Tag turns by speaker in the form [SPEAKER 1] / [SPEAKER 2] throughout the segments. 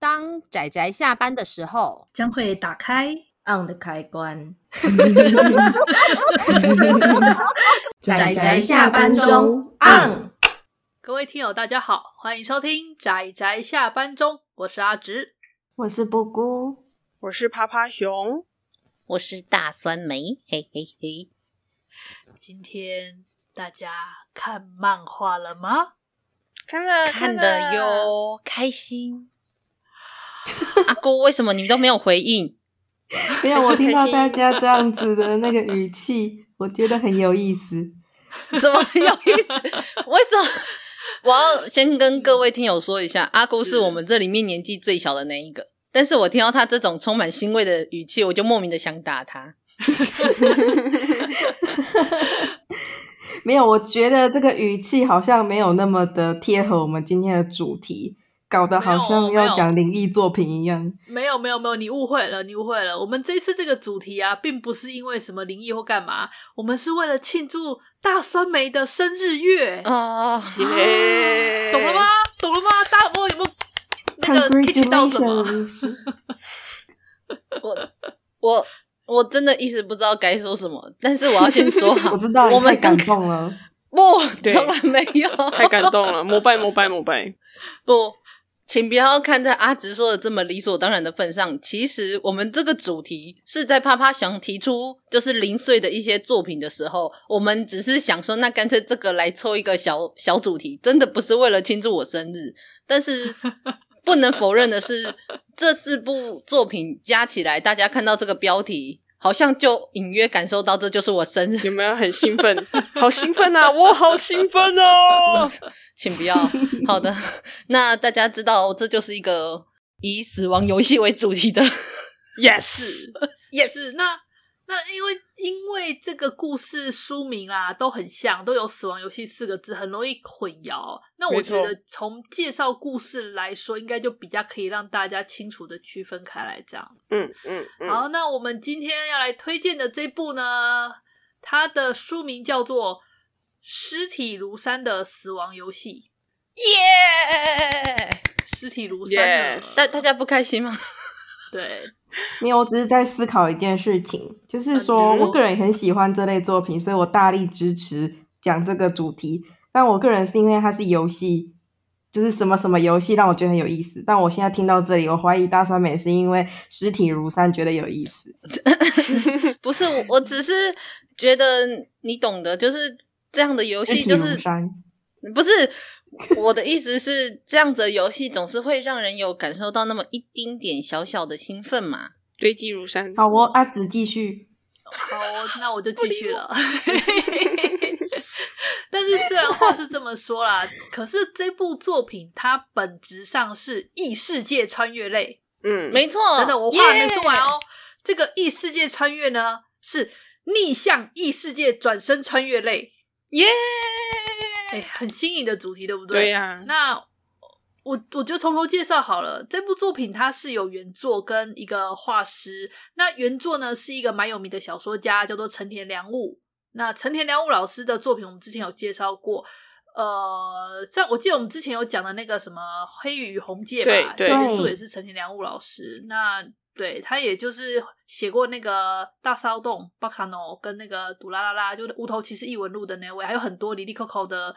[SPEAKER 1] 当仔仔下班的时候，
[SPEAKER 2] 将会打开。
[SPEAKER 3] on 的 开关。
[SPEAKER 1] 宅宅
[SPEAKER 3] 仔仔
[SPEAKER 1] 下
[SPEAKER 3] 下
[SPEAKER 1] 班
[SPEAKER 3] 班
[SPEAKER 1] 中
[SPEAKER 3] 中 on。
[SPEAKER 4] 各位听友，大家好，欢迎收听《宅宅下班中》，我是阿直，
[SPEAKER 3] 我是布姑，
[SPEAKER 5] 我是趴趴熊，
[SPEAKER 6] 我是大酸梅，嘿嘿嘿。
[SPEAKER 4] 今天大家看漫画了吗？
[SPEAKER 5] 呃看了
[SPEAKER 6] 看
[SPEAKER 5] 了
[SPEAKER 6] 的，哟，开心。阿姑，为什么你们都没有回应？
[SPEAKER 7] 没有，
[SPEAKER 5] 开
[SPEAKER 7] 我听
[SPEAKER 5] 心开
[SPEAKER 7] 到
[SPEAKER 5] 心
[SPEAKER 7] 大家这样子的那个语气，我觉得很有意思。
[SPEAKER 6] 什么有意思？为什么？我要先跟各位听友说一下，阿姑是我们这里面年纪最小的那一个。但是我听到她这种充满欣慰的语气，我就莫名的想打她。
[SPEAKER 7] 没有，我觉得这个语气好像没有那么的贴合我们今天的主题，搞得好
[SPEAKER 4] 没
[SPEAKER 7] 像
[SPEAKER 4] 有没有
[SPEAKER 7] 要讲灵异作品一样。
[SPEAKER 4] 没有，没有，没有，你误会了，你误会了。我们这次这个主题啊，并不是因为什么灵异或干嘛，我们是为了庆祝大酸梅的生日月，哎
[SPEAKER 6] 哦，
[SPEAKER 5] 耶，
[SPEAKER 4] 懂了吗？？懂了吗？大家有没有有没有那个 catch 到什么？
[SPEAKER 7] Congratulations！
[SPEAKER 6] 我我我真的一时不知道该说什么，但是我要先说 好，
[SPEAKER 7] 我知道，
[SPEAKER 6] 我
[SPEAKER 7] 你太
[SPEAKER 6] 们
[SPEAKER 7] 感
[SPEAKER 6] 刚
[SPEAKER 7] 动了。
[SPEAKER 6] 不，
[SPEAKER 5] 对
[SPEAKER 6] 从来没有，
[SPEAKER 5] 太感动了，膜拜膜拜膜拜，
[SPEAKER 6] 不，请不要看在阿直说的这么理所当然的份上，其实我们这个主题是在啪啪想提出就是零碎的一些作品的时候，我们只是想说，那干脆这个来凑一个小小主题，真的不是为了庆祝我生日，但是。不能否认的是，这四部作品加起来，大家看到这个标题，好像就隐约感受到这就是我生日
[SPEAKER 5] 有没有很兴奋？好兴奋啊！我好兴奋哦！
[SPEAKER 6] 请不要。好的，那大家知道这就是一个以死亡游戏为主题的
[SPEAKER 5] yes，
[SPEAKER 4] 也是那那因为因为这个故事书名啦都很像，都有“死亡游戏”四个字，很容易混淆。那我
[SPEAKER 5] 没
[SPEAKER 4] 觉
[SPEAKER 5] 错
[SPEAKER 4] 得从介绍故事来说，应该就比较可以让大家清楚的区分开来这样子。
[SPEAKER 5] 嗯嗯嗯，
[SPEAKER 4] 好，那我们今天要来推荐的这部呢，它的书名叫做《尸体如山的死亡游戏
[SPEAKER 6] 耶！》，
[SPEAKER 4] 尸体如山的
[SPEAKER 5] Yes
[SPEAKER 6] 大大家不开心吗？
[SPEAKER 4] 对
[SPEAKER 7] 没有，我只是在思考一件事情，
[SPEAKER 6] 啊
[SPEAKER 7] 就是说
[SPEAKER 4] 嗯
[SPEAKER 7] 我个人也很喜欢这类作品，所以我大力支持讲这个主题。但我个人是因为它是游戏，就是什么什么游戏让我觉得很有意思。但我现在听到这里，我怀疑大酸梅是因为尸体如山觉得有意思。
[SPEAKER 6] 不是，我我只是觉得你懂的，就是这样的游
[SPEAKER 7] 尸
[SPEAKER 6] 戏，
[SPEAKER 7] 体
[SPEAKER 6] 就
[SPEAKER 7] 如
[SPEAKER 6] 是
[SPEAKER 7] 山，
[SPEAKER 6] 不是我的意思是，这样子的游戏总是会让人有感受到那么一丁点小小的兴奋嘛。
[SPEAKER 5] 堆积如山。
[SPEAKER 7] 好哦，阿紫继续。
[SPEAKER 4] 好，那我就继续了。但是虽然话是这么说啦，可是这部作品它本质上是异世界穿越类。
[SPEAKER 5] 嗯，
[SPEAKER 6] 没错，
[SPEAKER 4] 等等，我话还没说完
[SPEAKER 6] 哦耶。
[SPEAKER 4] 哦。这个异世界穿越呢，是逆向异世界转身穿越类，
[SPEAKER 6] 耶、
[SPEAKER 4] 哎，很新颖的主题，对不
[SPEAKER 5] 对啊呀，
[SPEAKER 4] 那我我就从头介绍好了。这部作品它是有原作跟一个画师，那原作呢是一个蛮有名的小说家，叫做成田良悟。那成田良悟老师的作品我们之前有介绍过，呃，像我记得我们之前有讲的那个什么《黑羽与红戒》吧，
[SPEAKER 5] 对对
[SPEAKER 4] 原作也是成田良悟老师。那对他也就是写过那个大骚动、巴卡诺跟那个杜拉拉拉，就是无头骑士异闻录的那位，还有很多里里扣扣的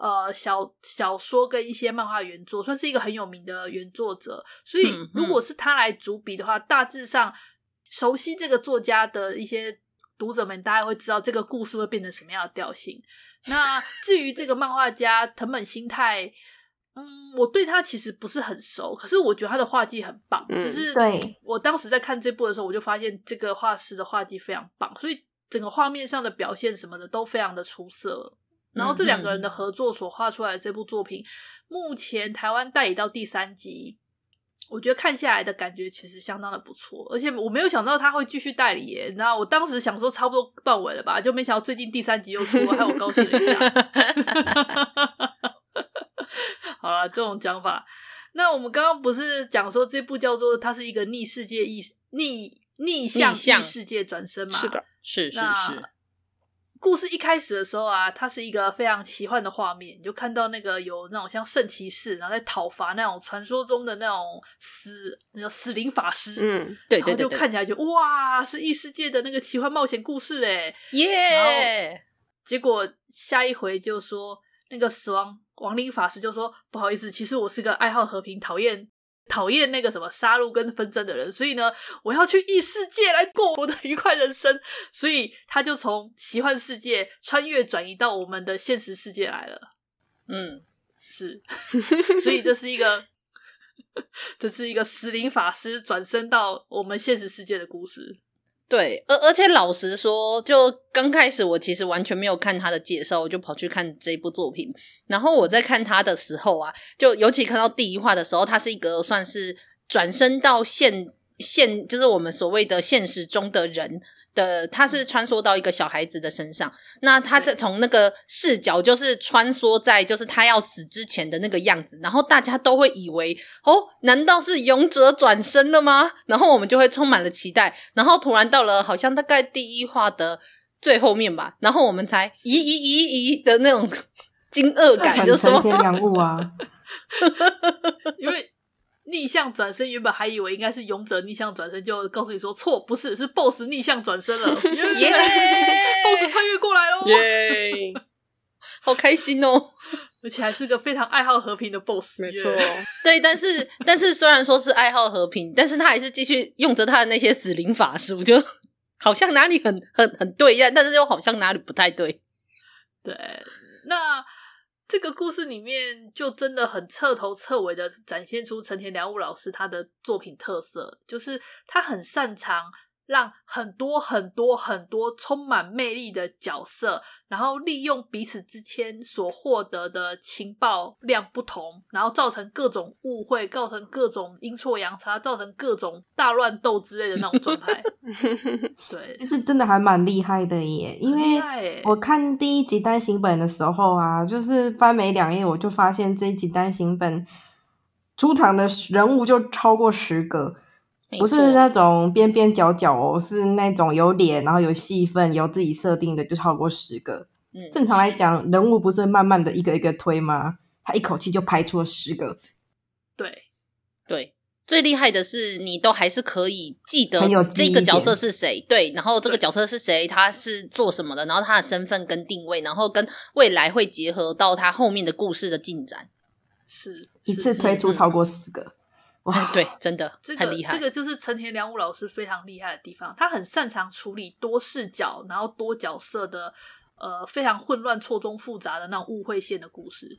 [SPEAKER 4] 呃小小说跟一些漫画原作，算是一个很有名的原作者。所以
[SPEAKER 6] 嗯嗯
[SPEAKER 4] 如果是他来主笔的话，大致上熟悉这个作家的一些读者们，大概会知道这个故事会变成什么样的调性。那至于这个漫画家藤本新太，嗯，我对他其实不是很熟，可是我觉得他的画技很棒，
[SPEAKER 5] 嗯
[SPEAKER 4] 就是
[SPEAKER 7] 对
[SPEAKER 4] 我当时在看这部的时候，我就发现这个画师的画技非常棒，所以整个画面上的表现什么的都非常的出色。然后这两个人的合作所画出来的这部作品，目前台湾代理到第三集，我觉得看下来的感觉其实相当的不错，而且我没有想到他会继续代理耶。然后我当时想说差不多断尾了吧，就没想到最近第三集又出了，害我高兴了一下。好了，这种讲法。那我们刚刚不是讲说这部叫做它是一个逆世界异逆逆向
[SPEAKER 6] 逆向
[SPEAKER 4] 异世界转身嘛？
[SPEAKER 5] 是的，
[SPEAKER 6] 是是
[SPEAKER 4] 那
[SPEAKER 6] 是，
[SPEAKER 4] 故事一开始的时候啊，它是一个非常奇幻的画面，你就看到那个有那种像圣骑士，然后在讨伐那种传说中的那种死那种死灵法师，
[SPEAKER 5] 嗯，
[SPEAKER 6] 对
[SPEAKER 4] 然
[SPEAKER 6] 对对
[SPEAKER 4] 后就
[SPEAKER 6] 对，
[SPEAKER 4] 看起来就哇，是异世界的那个奇幻冒险故事哎。
[SPEAKER 6] 耶，
[SPEAKER 4] 结果下一回就说那个死亡亡灵法师就说不好意思，其实我是个爱好和平、讨厌讨厌那个什么杀戮跟纷争的人，所以呢，我要去异世界来过我的愉快人生。所以他就从奇幻世界穿越转移到我们的现实世界来了。
[SPEAKER 6] 嗯，
[SPEAKER 4] 是，所以这是一个， 这是一个死灵法师转身到我们现实世界的故事。
[SPEAKER 6] 对，而而且老实说，就刚开始我其实完全没有看他的介绍，我就跑去看这部作品。然后我在看他的时候啊，就尤其看到第一话的时候，它是一个算是转身到现现，就是我们所谓的现实中的人的，他是穿梭到一个小孩子的身上。那他在
[SPEAKER 4] 对
[SPEAKER 6] 从那个视角，就是穿梭在就是他要死之前的那个样子，然后大家都会以为哦，难道是勇者转身了吗？然后我们就会充满了期待。然后突然到了好像大概第一话的最后面吧，然后我们才咦咦咦咦的 那种惊愕感，
[SPEAKER 7] 很
[SPEAKER 6] 就什么
[SPEAKER 7] 三天两物啊，
[SPEAKER 4] 因为逆向转身原本还以为应该是勇者逆向转身，就告诉你说错，不是，是 BOSS 逆向转身了
[SPEAKER 6] 耶
[SPEAKER 4] ，BOSS 穿越过来喽
[SPEAKER 5] 耶，
[SPEAKER 6] 好开心 哦。
[SPEAKER 4] 而且还是个非常爱好和平的 BOSS，
[SPEAKER 5] 没错，
[SPEAKER 4] 耶
[SPEAKER 6] 对，但是但是虽然说是爱好和平，但是他还是继续用着他的那些死灵法术，就 好像哪里很很很对，但但是又好像哪里不太对。
[SPEAKER 4] 对，那这个故事里面就真的很彻头彻尾的展现出成田良悟老师他的作品特色，就是他很擅长让很多很多很多充满魅力的角色，然后利用彼此之间所获得的情报量不同，然后造成各种误会，造成各种阴错阳差，造成各种大乱斗之类的那种状 态。对
[SPEAKER 7] 其，实真的还蛮厉害的耶，因
[SPEAKER 4] 很厉
[SPEAKER 7] 为
[SPEAKER 4] 害欸耶
[SPEAKER 7] 我看第一集单行本的时候啊，就是翻没两页，我就发现这一集单行本出场的人物就超过十个，
[SPEAKER 6] 没
[SPEAKER 7] 不
[SPEAKER 6] 错
[SPEAKER 7] 是那种边边角角哦，是那种有脸，然后有戏份，有自己设定的，就超过十个。
[SPEAKER 6] 嗯
[SPEAKER 7] 正常来讲，人物不是慢慢的一个一个推吗？他一口气就拍出了十个，
[SPEAKER 4] 对。
[SPEAKER 6] 对，最厉害的是你都还是可以记得
[SPEAKER 7] 很有记
[SPEAKER 6] 这
[SPEAKER 7] 忆
[SPEAKER 6] 个角色
[SPEAKER 7] 点
[SPEAKER 6] 是谁，对，然后这个
[SPEAKER 4] 对
[SPEAKER 6] 角色是谁，他是做什么的，然后他的身份跟定位，然后跟未来会结合到他后面的故事的进展。
[SPEAKER 4] 是
[SPEAKER 7] 一
[SPEAKER 4] 是
[SPEAKER 7] 次
[SPEAKER 4] 是
[SPEAKER 7] 推出
[SPEAKER 6] 嗯
[SPEAKER 7] 超过十个，
[SPEAKER 6] 哎
[SPEAKER 7] 哇，，
[SPEAKER 6] 对，真的
[SPEAKER 4] 这个
[SPEAKER 6] 很厉害。
[SPEAKER 4] 这个就是成田良武老师非常厉害的地方，他很擅长处理多视角，然后多角色的呃非常混乱、错综复杂的那种误会线的故事。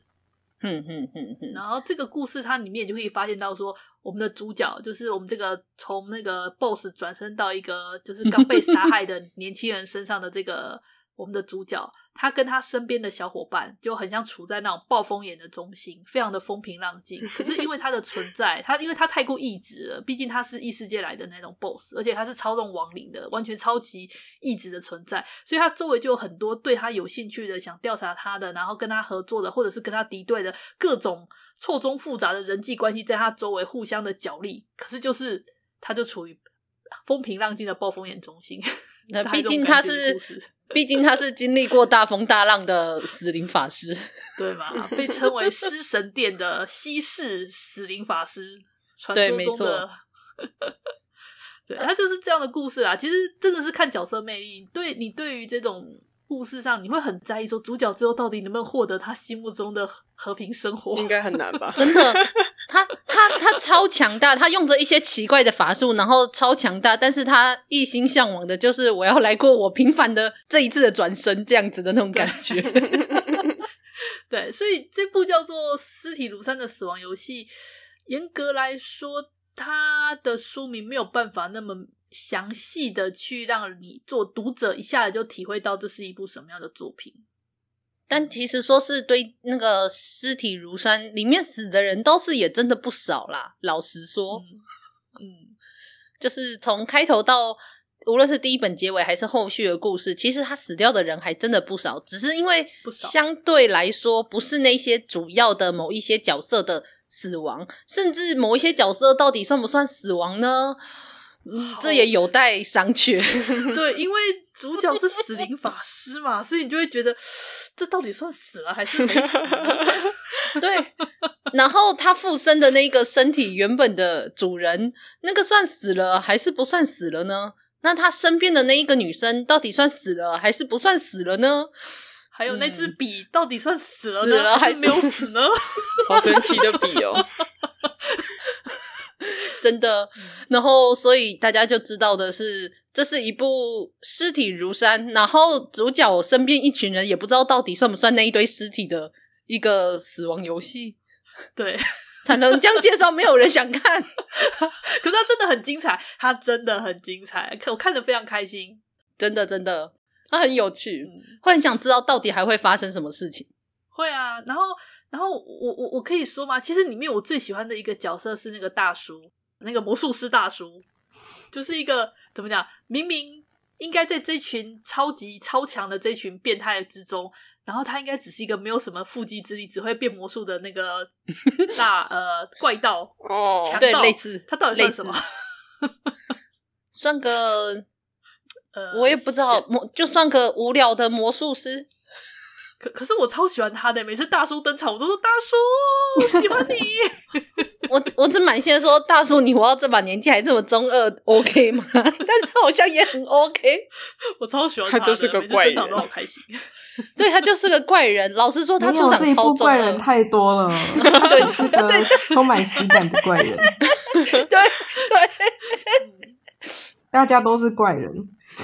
[SPEAKER 6] 嗯嗯嗯嗯，
[SPEAKER 4] 然后这个故事它里面你就可以发现到说，我们的主角就是我们这个从那个 BOSS 转身到一个就是刚被杀害的年轻人身上的这个我们的主角，他跟他身边的小伙伴就很像处在那种暴风眼的中心，非常的风平浪静。可是因为他的存在，他因为他太过异质了，毕竟他是异世界来的那种 BOSS，而且他是操纵亡灵的，完全超级异质的存在，所以他周围就有很多对他有兴趣的、想调查他的，然后跟他合作的，或者是跟他敌对的各种错综复杂的人际关系，在他周围互相的角力。可是就是他就处于风平浪静的暴风眼中心。
[SPEAKER 6] 那
[SPEAKER 4] 大概
[SPEAKER 6] 毕
[SPEAKER 4] 这种
[SPEAKER 6] 竟
[SPEAKER 4] 感
[SPEAKER 6] 他
[SPEAKER 4] 觉的
[SPEAKER 6] 是
[SPEAKER 4] 故事，
[SPEAKER 6] 毕竟他是经历过大风大浪的死灵法师。
[SPEAKER 4] 对 嘛？被称为狮神殿的西式死灵法师，传
[SPEAKER 6] 对
[SPEAKER 4] 说
[SPEAKER 6] 没
[SPEAKER 4] 中
[SPEAKER 6] 错
[SPEAKER 4] 的。对，他就是这样的故事啊。其实真的是看角色魅力，对你对于这种故事上，你会很在意说主角最后到底能不能获得他心目中的和平生活。
[SPEAKER 6] 嗯
[SPEAKER 5] 应该很难吧？
[SPEAKER 6] 真的，他他他超强大，他用着一些奇怪的法术，然后超强大，但是他一心向往的就是我要来过我平凡的这一次的转身这样子的那种感觉。
[SPEAKER 4] 对，所以这部叫做《尸体如山的死亡游戏》，严格来说，它的书名没有办法那么详细的去让你做读者一下子就体会到这是一部什么样的作品。
[SPEAKER 6] 但其实说是对那个尸体如山里面死的人倒是也真的不少啦。老实说，
[SPEAKER 4] 嗯，
[SPEAKER 6] 就是从开头到无论是第一本结尾还是后续的故事，其实他死掉的人还真的不少，只是因为
[SPEAKER 4] 不少
[SPEAKER 6] 相对来说不是那些主要的某一些角色的死亡，甚至某一些角色到底算不算死亡呢？嗯
[SPEAKER 4] 好
[SPEAKER 6] 这也有待商榷。
[SPEAKER 4] 对，因为主角是死灵法师嘛，所以你就会觉得这到底算死了还是没死 呢？
[SPEAKER 6] 对，然后他附身的那个身体原本的主人，那个算死了还是不算死了呢？那他身边的那一个女生到底算死了还是不算死了呢？
[SPEAKER 4] 还有那支
[SPEAKER 6] 嗯
[SPEAKER 4] 笔到底算死了呢，
[SPEAKER 6] 死了还
[SPEAKER 4] 还
[SPEAKER 6] 是
[SPEAKER 4] 没有死呢？
[SPEAKER 5] 好神奇的笔哦！
[SPEAKER 6] 真的。
[SPEAKER 4] 嗯
[SPEAKER 6] 然后，所以大家就知道的是，这是一部尸体如山，然后主角身边一群人也不知道到底算不算那一堆尸体的一个死亡游戏。
[SPEAKER 4] 对，
[SPEAKER 6] 才能这样介绍，没有人想看。
[SPEAKER 4] 可是它真的很精彩，它真的很精彩，看我看的非常开心。
[SPEAKER 6] 真的，真的，它很有趣，
[SPEAKER 4] 嗯，
[SPEAKER 6] 会很想知道到底还会发生什么事情。
[SPEAKER 4] 会啊，然后然后我我我可以说吗？其实里面我最喜欢的一个角色是那个大叔，那个魔术师大叔，就是一个怎么讲，明明应该在这群超级超强的这群变态之中，然后他应该只是一个没有什么腹肌之力，只会变魔术的 那个大呃怪盗，
[SPEAKER 5] 哦，
[SPEAKER 4] 强
[SPEAKER 6] 对
[SPEAKER 4] 盗
[SPEAKER 6] 类似
[SPEAKER 4] 他到底
[SPEAKER 6] 类
[SPEAKER 4] 算
[SPEAKER 6] 似
[SPEAKER 4] 什么？
[SPEAKER 6] 算个
[SPEAKER 4] 呃，
[SPEAKER 6] 我也不知道
[SPEAKER 4] 是，
[SPEAKER 6] 魔就算个无聊的魔术师，
[SPEAKER 4] 可可是我超喜欢他的，每次大叔登场，我都说大叔，我喜 欢你。
[SPEAKER 6] 我我只满心地说，大叔，你活到这把年纪还这么中二，OK 吗？ 但是好像也很 OK。
[SPEAKER 4] 我超喜欢
[SPEAKER 5] 他
[SPEAKER 4] 的
[SPEAKER 5] 就是个
[SPEAKER 4] 每次
[SPEAKER 5] 怪
[SPEAKER 4] 登场
[SPEAKER 5] 人
[SPEAKER 4] 都好开心。
[SPEAKER 6] 对他就是个怪人，老实说，他
[SPEAKER 7] 没
[SPEAKER 6] 出
[SPEAKER 7] 有这
[SPEAKER 6] 场
[SPEAKER 7] 一
[SPEAKER 6] 超
[SPEAKER 7] 部
[SPEAKER 6] 中
[SPEAKER 7] 怪 人
[SPEAKER 6] 二，
[SPEAKER 7] 太多了，
[SPEAKER 6] 对
[SPEAKER 7] 是个充满喜感的怪人，
[SPEAKER 6] 对对，
[SPEAKER 7] 大家都是怪人。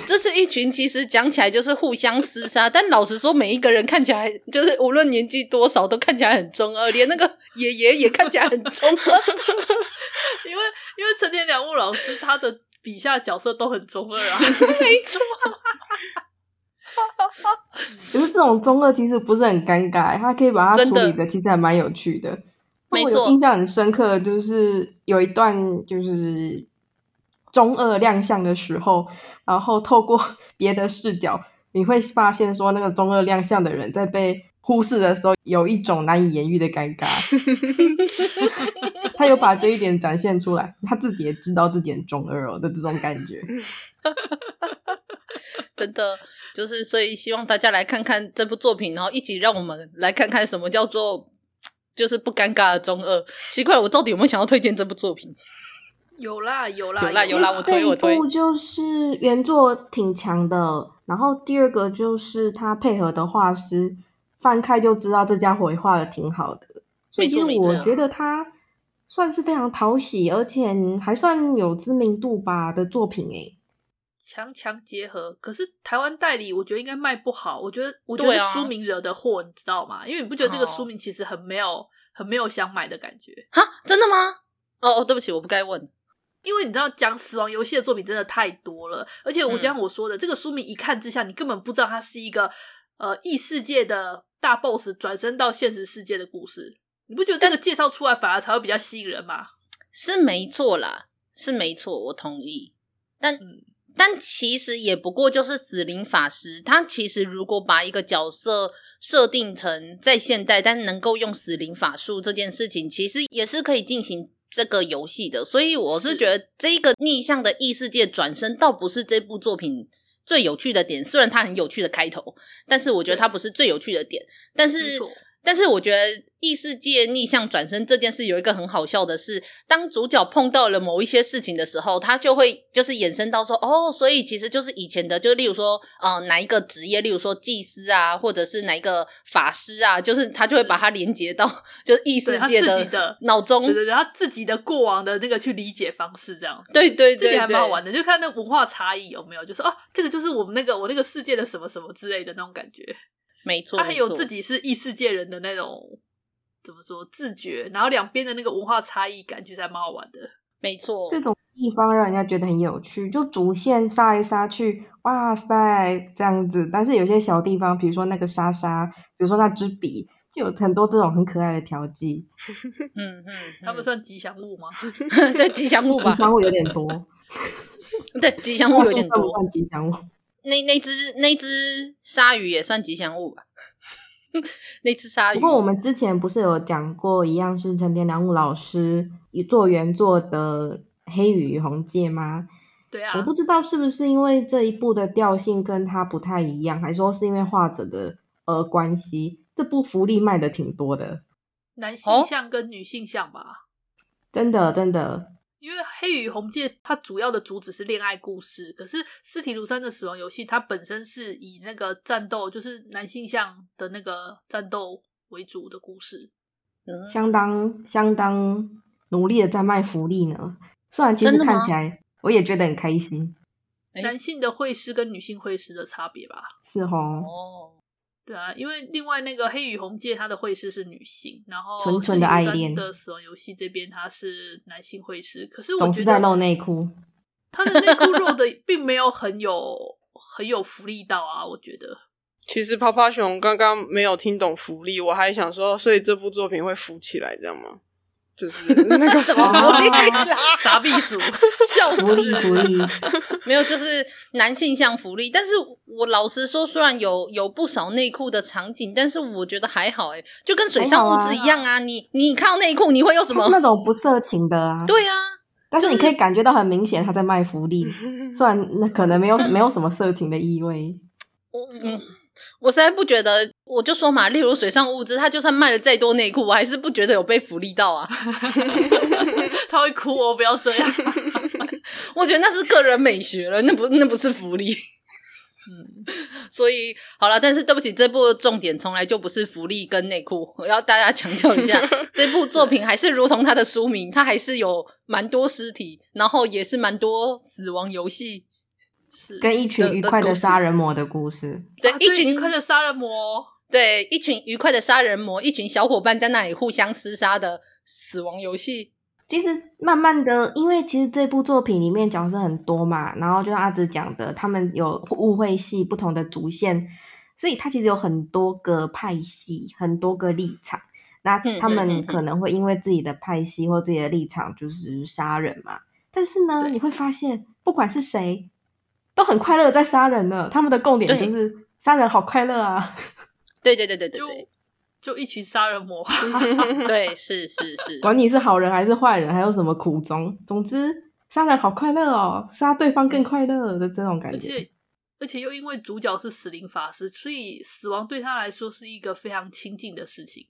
[SPEAKER 6] 这是一群其实讲起来就是互相厮杀，但老实说，每一个人看起来就是无论年纪多少都看起来很中二，连那个爷爷也看起来很中二。
[SPEAKER 4] 因为因为陈天良木老师他的笔下角色都很中二啊，
[SPEAKER 6] 没错，
[SPEAKER 7] 可是这种中二其实不是很尴尬，他可以把它
[SPEAKER 6] 真
[SPEAKER 7] 处
[SPEAKER 6] 的
[SPEAKER 7] 理的其实还蛮有趣的。
[SPEAKER 6] 没
[SPEAKER 7] 我
[SPEAKER 6] 错
[SPEAKER 7] 有印象很深刻，就是有一段就是中二亮相的时候，然后透过别的视角，你会发现说那个中二亮相的人在被忽视的时候，有一种难以言喻的尴 尬。他有把这一点展现出来，他自己也知道自己很中二哦的这种感觉。
[SPEAKER 6] 真的就是，所以希望大家来看看这部作品，然后一起让我们来看看什么叫做就是不尴尬的中二。奇怪，我到底有没有想要推荐这部作品？
[SPEAKER 4] 有啦有啦
[SPEAKER 6] 有啦有啦我推
[SPEAKER 3] 这一
[SPEAKER 6] 我推
[SPEAKER 3] 部就是原作挺强的，然后第二个就是他配合的画师，翻开就知道这家伙也画的挺好的，所以其实
[SPEAKER 6] 没错
[SPEAKER 3] 我
[SPEAKER 6] 没错
[SPEAKER 3] 觉得他算是非常讨喜，而且还算有知名度吧的作品欸诶。
[SPEAKER 4] 强强结合。可是台湾代理我觉得应该卖不好，我觉得我觉得
[SPEAKER 6] 对
[SPEAKER 4] 是
[SPEAKER 6] 啊
[SPEAKER 4] 书名惹的祸，你知道吗？因为你不觉得这个
[SPEAKER 6] 哦
[SPEAKER 4] 书名其实很没有很没有想买的感觉。
[SPEAKER 6] 哈，真的吗？哦哦，对不起，我不该问。
[SPEAKER 4] 因为你知道讲死亡游戏的作品真的太多了，而且
[SPEAKER 6] 嗯
[SPEAKER 4] 我就像我说的，这个书名一看之下，你根本不知道它是一个呃异世界的大 boss 转身到现实世界的故事。你不觉得这个介绍出来反而才会比较吸引人吗？
[SPEAKER 6] 是没错啦，是没错，我同意。但、
[SPEAKER 4] 嗯
[SPEAKER 6] 但其实也不过就是死灵法师，他其实如果把一个角色设定成在现代，但能够用死灵法术这件事情，其实也是可以进行这个游戏的。所以我是
[SPEAKER 4] 是
[SPEAKER 6] 觉得这个逆向的异世界转身，倒不是这部作品最有趣的点。虽然它很有趣的开头，但是我觉得它不是最有趣的点。但
[SPEAKER 4] 没
[SPEAKER 6] 是
[SPEAKER 4] 错，
[SPEAKER 6] 但是我觉得异世界逆向转身这件事有一个很好笑的是，当主角碰到了某一些事情的时候，他就会就是衍生到说，哦，所以其实就是以前的，就例如说，呃，哪一个职业，例如说祭司啊，或者是哪一个法师啊，就是他就会把它连接到 就是异世
[SPEAKER 4] 对他
[SPEAKER 6] 界
[SPEAKER 4] 自己的
[SPEAKER 6] 脑中
[SPEAKER 4] 对，对对，他自己的过往的那个去理解方式，这样子，
[SPEAKER 6] 对对
[SPEAKER 4] 这
[SPEAKER 6] 对
[SPEAKER 4] 点还蛮好玩
[SPEAKER 6] 对，
[SPEAKER 4] 的，就看那文化差异有没有，就是哦、啊，这个就是我们那个我那个世界的什么什么之类的那种感觉，
[SPEAKER 6] 没错，
[SPEAKER 4] 他很有
[SPEAKER 6] 没错
[SPEAKER 4] 自己是异世界人的那种怎么说自觉，然后两边的那个文化差异感觉还蛮好玩的。
[SPEAKER 6] 没错，
[SPEAKER 7] 这
[SPEAKER 3] 地方让人家觉得很有趣，就主线杀来杀去，哇塞这样子。但是有些小地方，比如说那个莎莎，比如说那支笔，就有很多这种很可爱的调剂，
[SPEAKER 6] 嗯嗯，
[SPEAKER 4] 他们算吉祥物吗？
[SPEAKER 6] 嗯对吉祥物
[SPEAKER 3] 吉
[SPEAKER 6] 吧，
[SPEAKER 3] 祥物有点多，
[SPEAKER 6] 对吉 祥物有点
[SPEAKER 3] 话术算不
[SPEAKER 6] 多，
[SPEAKER 3] 算吉祥物？
[SPEAKER 6] 那那只那只鲨鱼也算吉祥物吧？ 那只鲨鱼。
[SPEAKER 3] 不过我们之前不是有讲过，一样是陈田良悟老师做原作的《黑羽与红戒》吗？
[SPEAKER 4] 对啊
[SPEAKER 3] 我，
[SPEAKER 6] 哦
[SPEAKER 3] 不知道是不是因为这一部的调性跟它不太一样，还说是因为画者的呃关系，这部福利卖的挺多的，
[SPEAKER 4] 男性向跟女性向吧。
[SPEAKER 3] 真的真的，
[SPEAKER 4] 因为《黑与红界》它主要的主旨是恋爱故事，可是《斯提卢山的死亡游戏》它本身是以那个战斗，就是男性向的那个战斗为主的故事。
[SPEAKER 6] 嗯
[SPEAKER 3] 相当相当努力的在卖福利呢。虽然其实
[SPEAKER 6] 真的吗
[SPEAKER 3] 看起来我也觉得很开心，
[SPEAKER 6] 诶
[SPEAKER 4] 男性的会师跟女性会师的差别吧？
[SPEAKER 3] 是哦，
[SPEAKER 6] 哦，
[SPEAKER 4] 对啊，因为另外那个《黑与红界》它的会师是女性，然后
[SPEAKER 3] 纯纯的爱恋
[SPEAKER 4] 斯提鲁山的死亡游戏这边它是男性会师，可是我
[SPEAKER 3] 总
[SPEAKER 4] 觉
[SPEAKER 3] 是在露
[SPEAKER 4] 得
[SPEAKER 3] 内裤。
[SPEAKER 4] 他的内裤肉的并没有很有很有福利到啊，我觉得。
[SPEAKER 5] 其实趴趴熊刚刚没有听懂福利，我还想说，所以这部作品会浮起来，这样吗？就是 那个
[SPEAKER 6] 什么福利啦？
[SPEAKER 4] 傻逼族，
[SPEAKER 6] 笑死
[SPEAKER 3] 福利福利，
[SPEAKER 6] 没有，就是男性向福利。但是我老实说，虽然有有不少内裤的场景，但是我觉得还好、欸，就跟水上物质一样啊。你你靠内裤，你会有什
[SPEAKER 3] 它是那
[SPEAKER 6] 么？
[SPEAKER 3] 种不色情的啊，
[SPEAKER 6] 对啊，
[SPEAKER 3] 但是你
[SPEAKER 6] 就是
[SPEAKER 3] 可以感觉到很明显他在卖福利， 虽然那可能没有没有什么色情的意味。
[SPEAKER 6] 嗯，我实在不觉得，我就说嘛，例如水上物资，它就算卖了再多内裤，我还是不觉得有被福利到啊。
[SPEAKER 4] 他会哭哦，不要这样。
[SPEAKER 6] 我觉得那是个人美学了，那不那不是福利。嗯，所以好了，但是对不起，这部的重点从来就不是福利跟内裤，我要大家强调一 下，这部作品还是如同它的书名，它还是有蛮多尸体，然后也是蛮多死亡游戏，
[SPEAKER 4] 是
[SPEAKER 3] 跟一群
[SPEAKER 6] 的
[SPEAKER 3] 愉
[SPEAKER 6] 的
[SPEAKER 3] 快的
[SPEAKER 6] 故事
[SPEAKER 3] 杀人魔的故事，
[SPEAKER 6] 对，
[SPEAKER 4] 啊
[SPEAKER 6] 一群
[SPEAKER 4] 愉快的杀人魔，
[SPEAKER 6] 对一群愉快的杀人魔，一群小伙伴在那里互相厮杀的死亡游戏，
[SPEAKER 3] 其实慢慢的，因为其实这部作品里面角色很多嘛，然后就像阿紫讲的，他们有误会系不同的主线，所以它其实有很多个派系，很多个立场。那
[SPEAKER 6] 嗯
[SPEAKER 3] 他
[SPEAKER 6] 嗯嗯
[SPEAKER 3] 们
[SPEAKER 6] 嗯
[SPEAKER 3] 可能会因为自己的派系或自己的立场就是杀人嘛，但是呢，
[SPEAKER 4] 对
[SPEAKER 3] 你会发现不管是谁，都很快乐地在杀人呢。他们的共点
[SPEAKER 6] 对
[SPEAKER 3] 就是杀人好快乐啊，
[SPEAKER 6] 对对对对对
[SPEAKER 4] 就
[SPEAKER 6] 对
[SPEAKER 4] 就一群杀人魔。
[SPEAKER 6] 对，是是是，
[SPEAKER 3] 管你是好人还是坏人，还有什么苦衷，总之杀人好快乐哦，杀对方更快乐的这种 感
[SPEAKER 4] 而
[SPEAKER 3] 觉。
[SPEAKER 4] 且而且又因为主角是死灵法师，所以死亡对他来说是一个非常亲近的事情。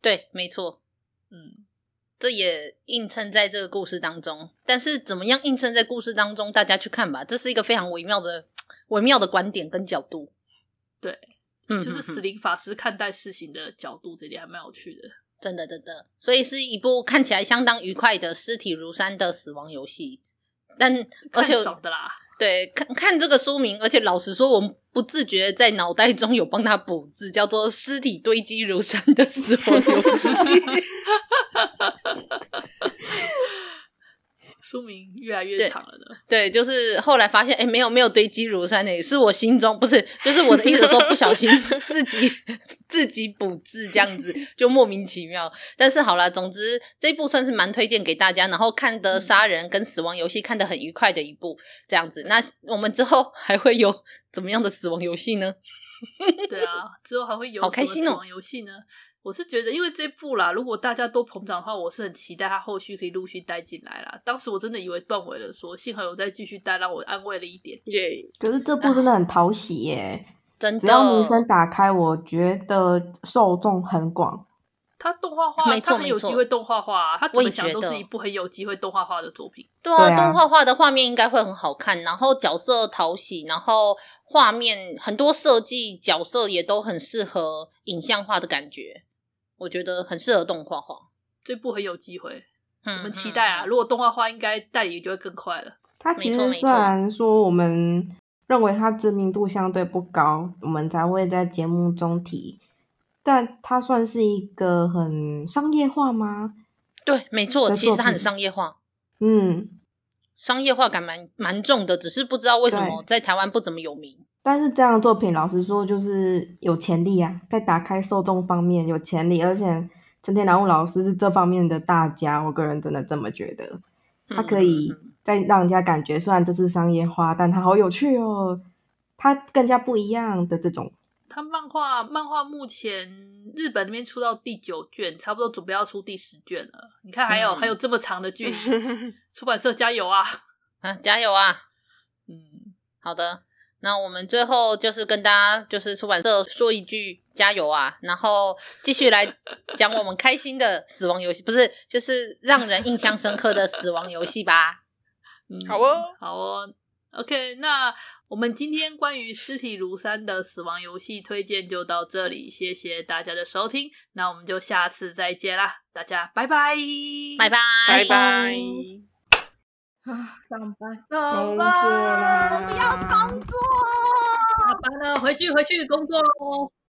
[SPEAKER 6] 对，没错。
[SPEAKER 4] 嗯，
[SPEAKER 6] 这也映衬在这个故事当中。但是怎么样映衬在故事当中，大家去看吧。这是一个非常微妙的、微妙的观点跟角度。
[SPEAKER 4] 对，
[SPEAKER 6] 嗯，
[SPEAKER 4] 就是
[SPEAKER 6] 嗯
[SPEAKER 4] 死
[SPEAKER 6] 嗯
[SPEAKER 4] 灵法师看待事情的角度，这点还蛮有趣的。
[SPEAKER 6] 真的真的，所以是一部看起来相当愉快的尸体如山的死亡游戏。但而
[SPEAKER 4] 看
[SPEAKER 6] 且
[SPEAKER 4] 爽的啦，
[SPEAKER 6] 对看看这个书名，而且老实说，我们不自觉在脑袋中有帮他补字，叫做“尸体堆积如山的死亡游戏”。
[SPEAKER 4] 书名越来越
[SPEAKER 6] 对
[SPEAKER 4] 长了呢。
[SPEAKER 6] 对，就是后来发现，哎，没有没有堆积如山诶，是我心中不是，就是我的意思说不小 心自己自己补字这样子，就莫名其妙。但是好啦，总之这一部算是蛮推荐给大家，然后看
[SPEAKER 3] 嗯
[SPEAKER 6] 的杀人跟死亡游戏看得很愉快的一部这样子。那我们之后还会有怎么样的死亡游戏呢？
[SPEAKER 4] 对啊，之后还会有
[SPEAKER 6] 好开
[SPEAKER 4] 什么
[SPEAKER 6] 心
[SPEAKER 4] 死
[SPEAKER 6] 哦
[SPEAKER 4] 亡游戏呢？我是觉得，因为这部啦，如果大家都膨胀的话，我是很期待它后续可以陆续带进来啦。当时我真的以为断尾了说幸好有再继续带，让我安慰了一点。
[SPEAKER 5] 耶，
[SPEAKER 3] 可是这部真的很讨喜耶，
[SPEAKER 6] 真
[SPEAKER 3] 只要名
[SPEAKER 6] 的，
[SPEAKER 3] 声打开，我觉得受众很广。
[SPEAKER 4] 它动画化，
[SPEAKER 6] 没错
[SPEAKER 4] 它很有
[SPEAKER 6] 没错
[SPEAKER 4] 机会动画化、啊，它怎
[SPEAKER 6] 我
[SPEAKER 4] 么
[SPEAKER 6] 也
[SPEAKER 4] 想
[SPEAKER 6] 觉
[SPEAKER 4] 都
[SPEAKER 6] 得
[SPEAKER 4] 是一部很有机会动画化的作品。
[SPEAKER 6] 对啊，
[SPEAKER 3] 对啊
[SPEAKER 6] 动画画的画面应该会很好看，然后角色讨喜，然后画面很多设计，角色也都很适合影像化的感觉，我觉得很适合动画画。
[SPEAKER 4] 这部很有机会，
[SPEAKER 6] 嗯，
[SPEAKER 4] 我们期待啊！
[SPEAKER 6] 嗯
[SPEAKER 4] 如果动画化，应该代理就会更快了。
[SPEAKER 3] 它其
[SPEAKER 6] 没错
[SPEAKER 3] 实
[SPEAKER 6] 没错
[SPEAKER 3] 虽然说我们认为它知名度相对不高，我们才会在节目中提，但它算是一个很商业化吗？
[SPEAKER 6] 对，没错，
[SPEAKER 3] 的
[SPEAKER 6] 其实它
[SPEAKER 3] 作
[SPEAKER 6] 很
[SPEAKER 3] 品
[SPEAKER 6] 商业化，
[SPEAKER 3] 嗯，
[SPEAKER 6] 商业化感蛮蛮重的，只是不知道为什么在台湾不怎么有名。
[SPEAKER 3] 但是这样的作品，老实说就是有潜力啊，在打开受众方面有潜力，而且陈天南务老师是这方面的大家，我个人真的这么觉得，他
[SPEAKER 6] 嗯
[SPEAKER 3] 可以再让人家感觉，虽然这是商业化，但它好有趣哦，它更加不一样的这种，
[SPEAKER 4] 它漫画漫画目前日本那边出到第九卷，差不多准备要出第十卷了。你看，还有、
[SPEAKER 6] 嗯
[SPEAKER 4] 还有这么长的距离，出版社加油啊！
[SPEAKER 6] 啊，加油啊！好的，那我们最后就是跟大家就是出版社说一句加油啊，然后继续来讲我们开心的死亡游戏，不是就是让人印象深刻的死亡游戏吧？
[SPEAKER 4] 嗯
[SPEAKER 5] 好哦，
[SPEAKER 4] 好哦，OK，那我们今天关于《尸体如山》的死亡游戏推荐就到这里，谢谢大家的收听，那我们就下次再见啦，大家拜拜，
[SPEAKER 6] 拜拜，
[SPEAKER 5] 拜拜。啊
[SPEAKER 2] 上班，
[SPEAKER 4] 走
[SPEAKER 5] 工作
[SPEAKER 4] 吧，
[SPEAKER 5] 啦！不要工
[SPEAKER 4] 下班了，回去回去工作喽。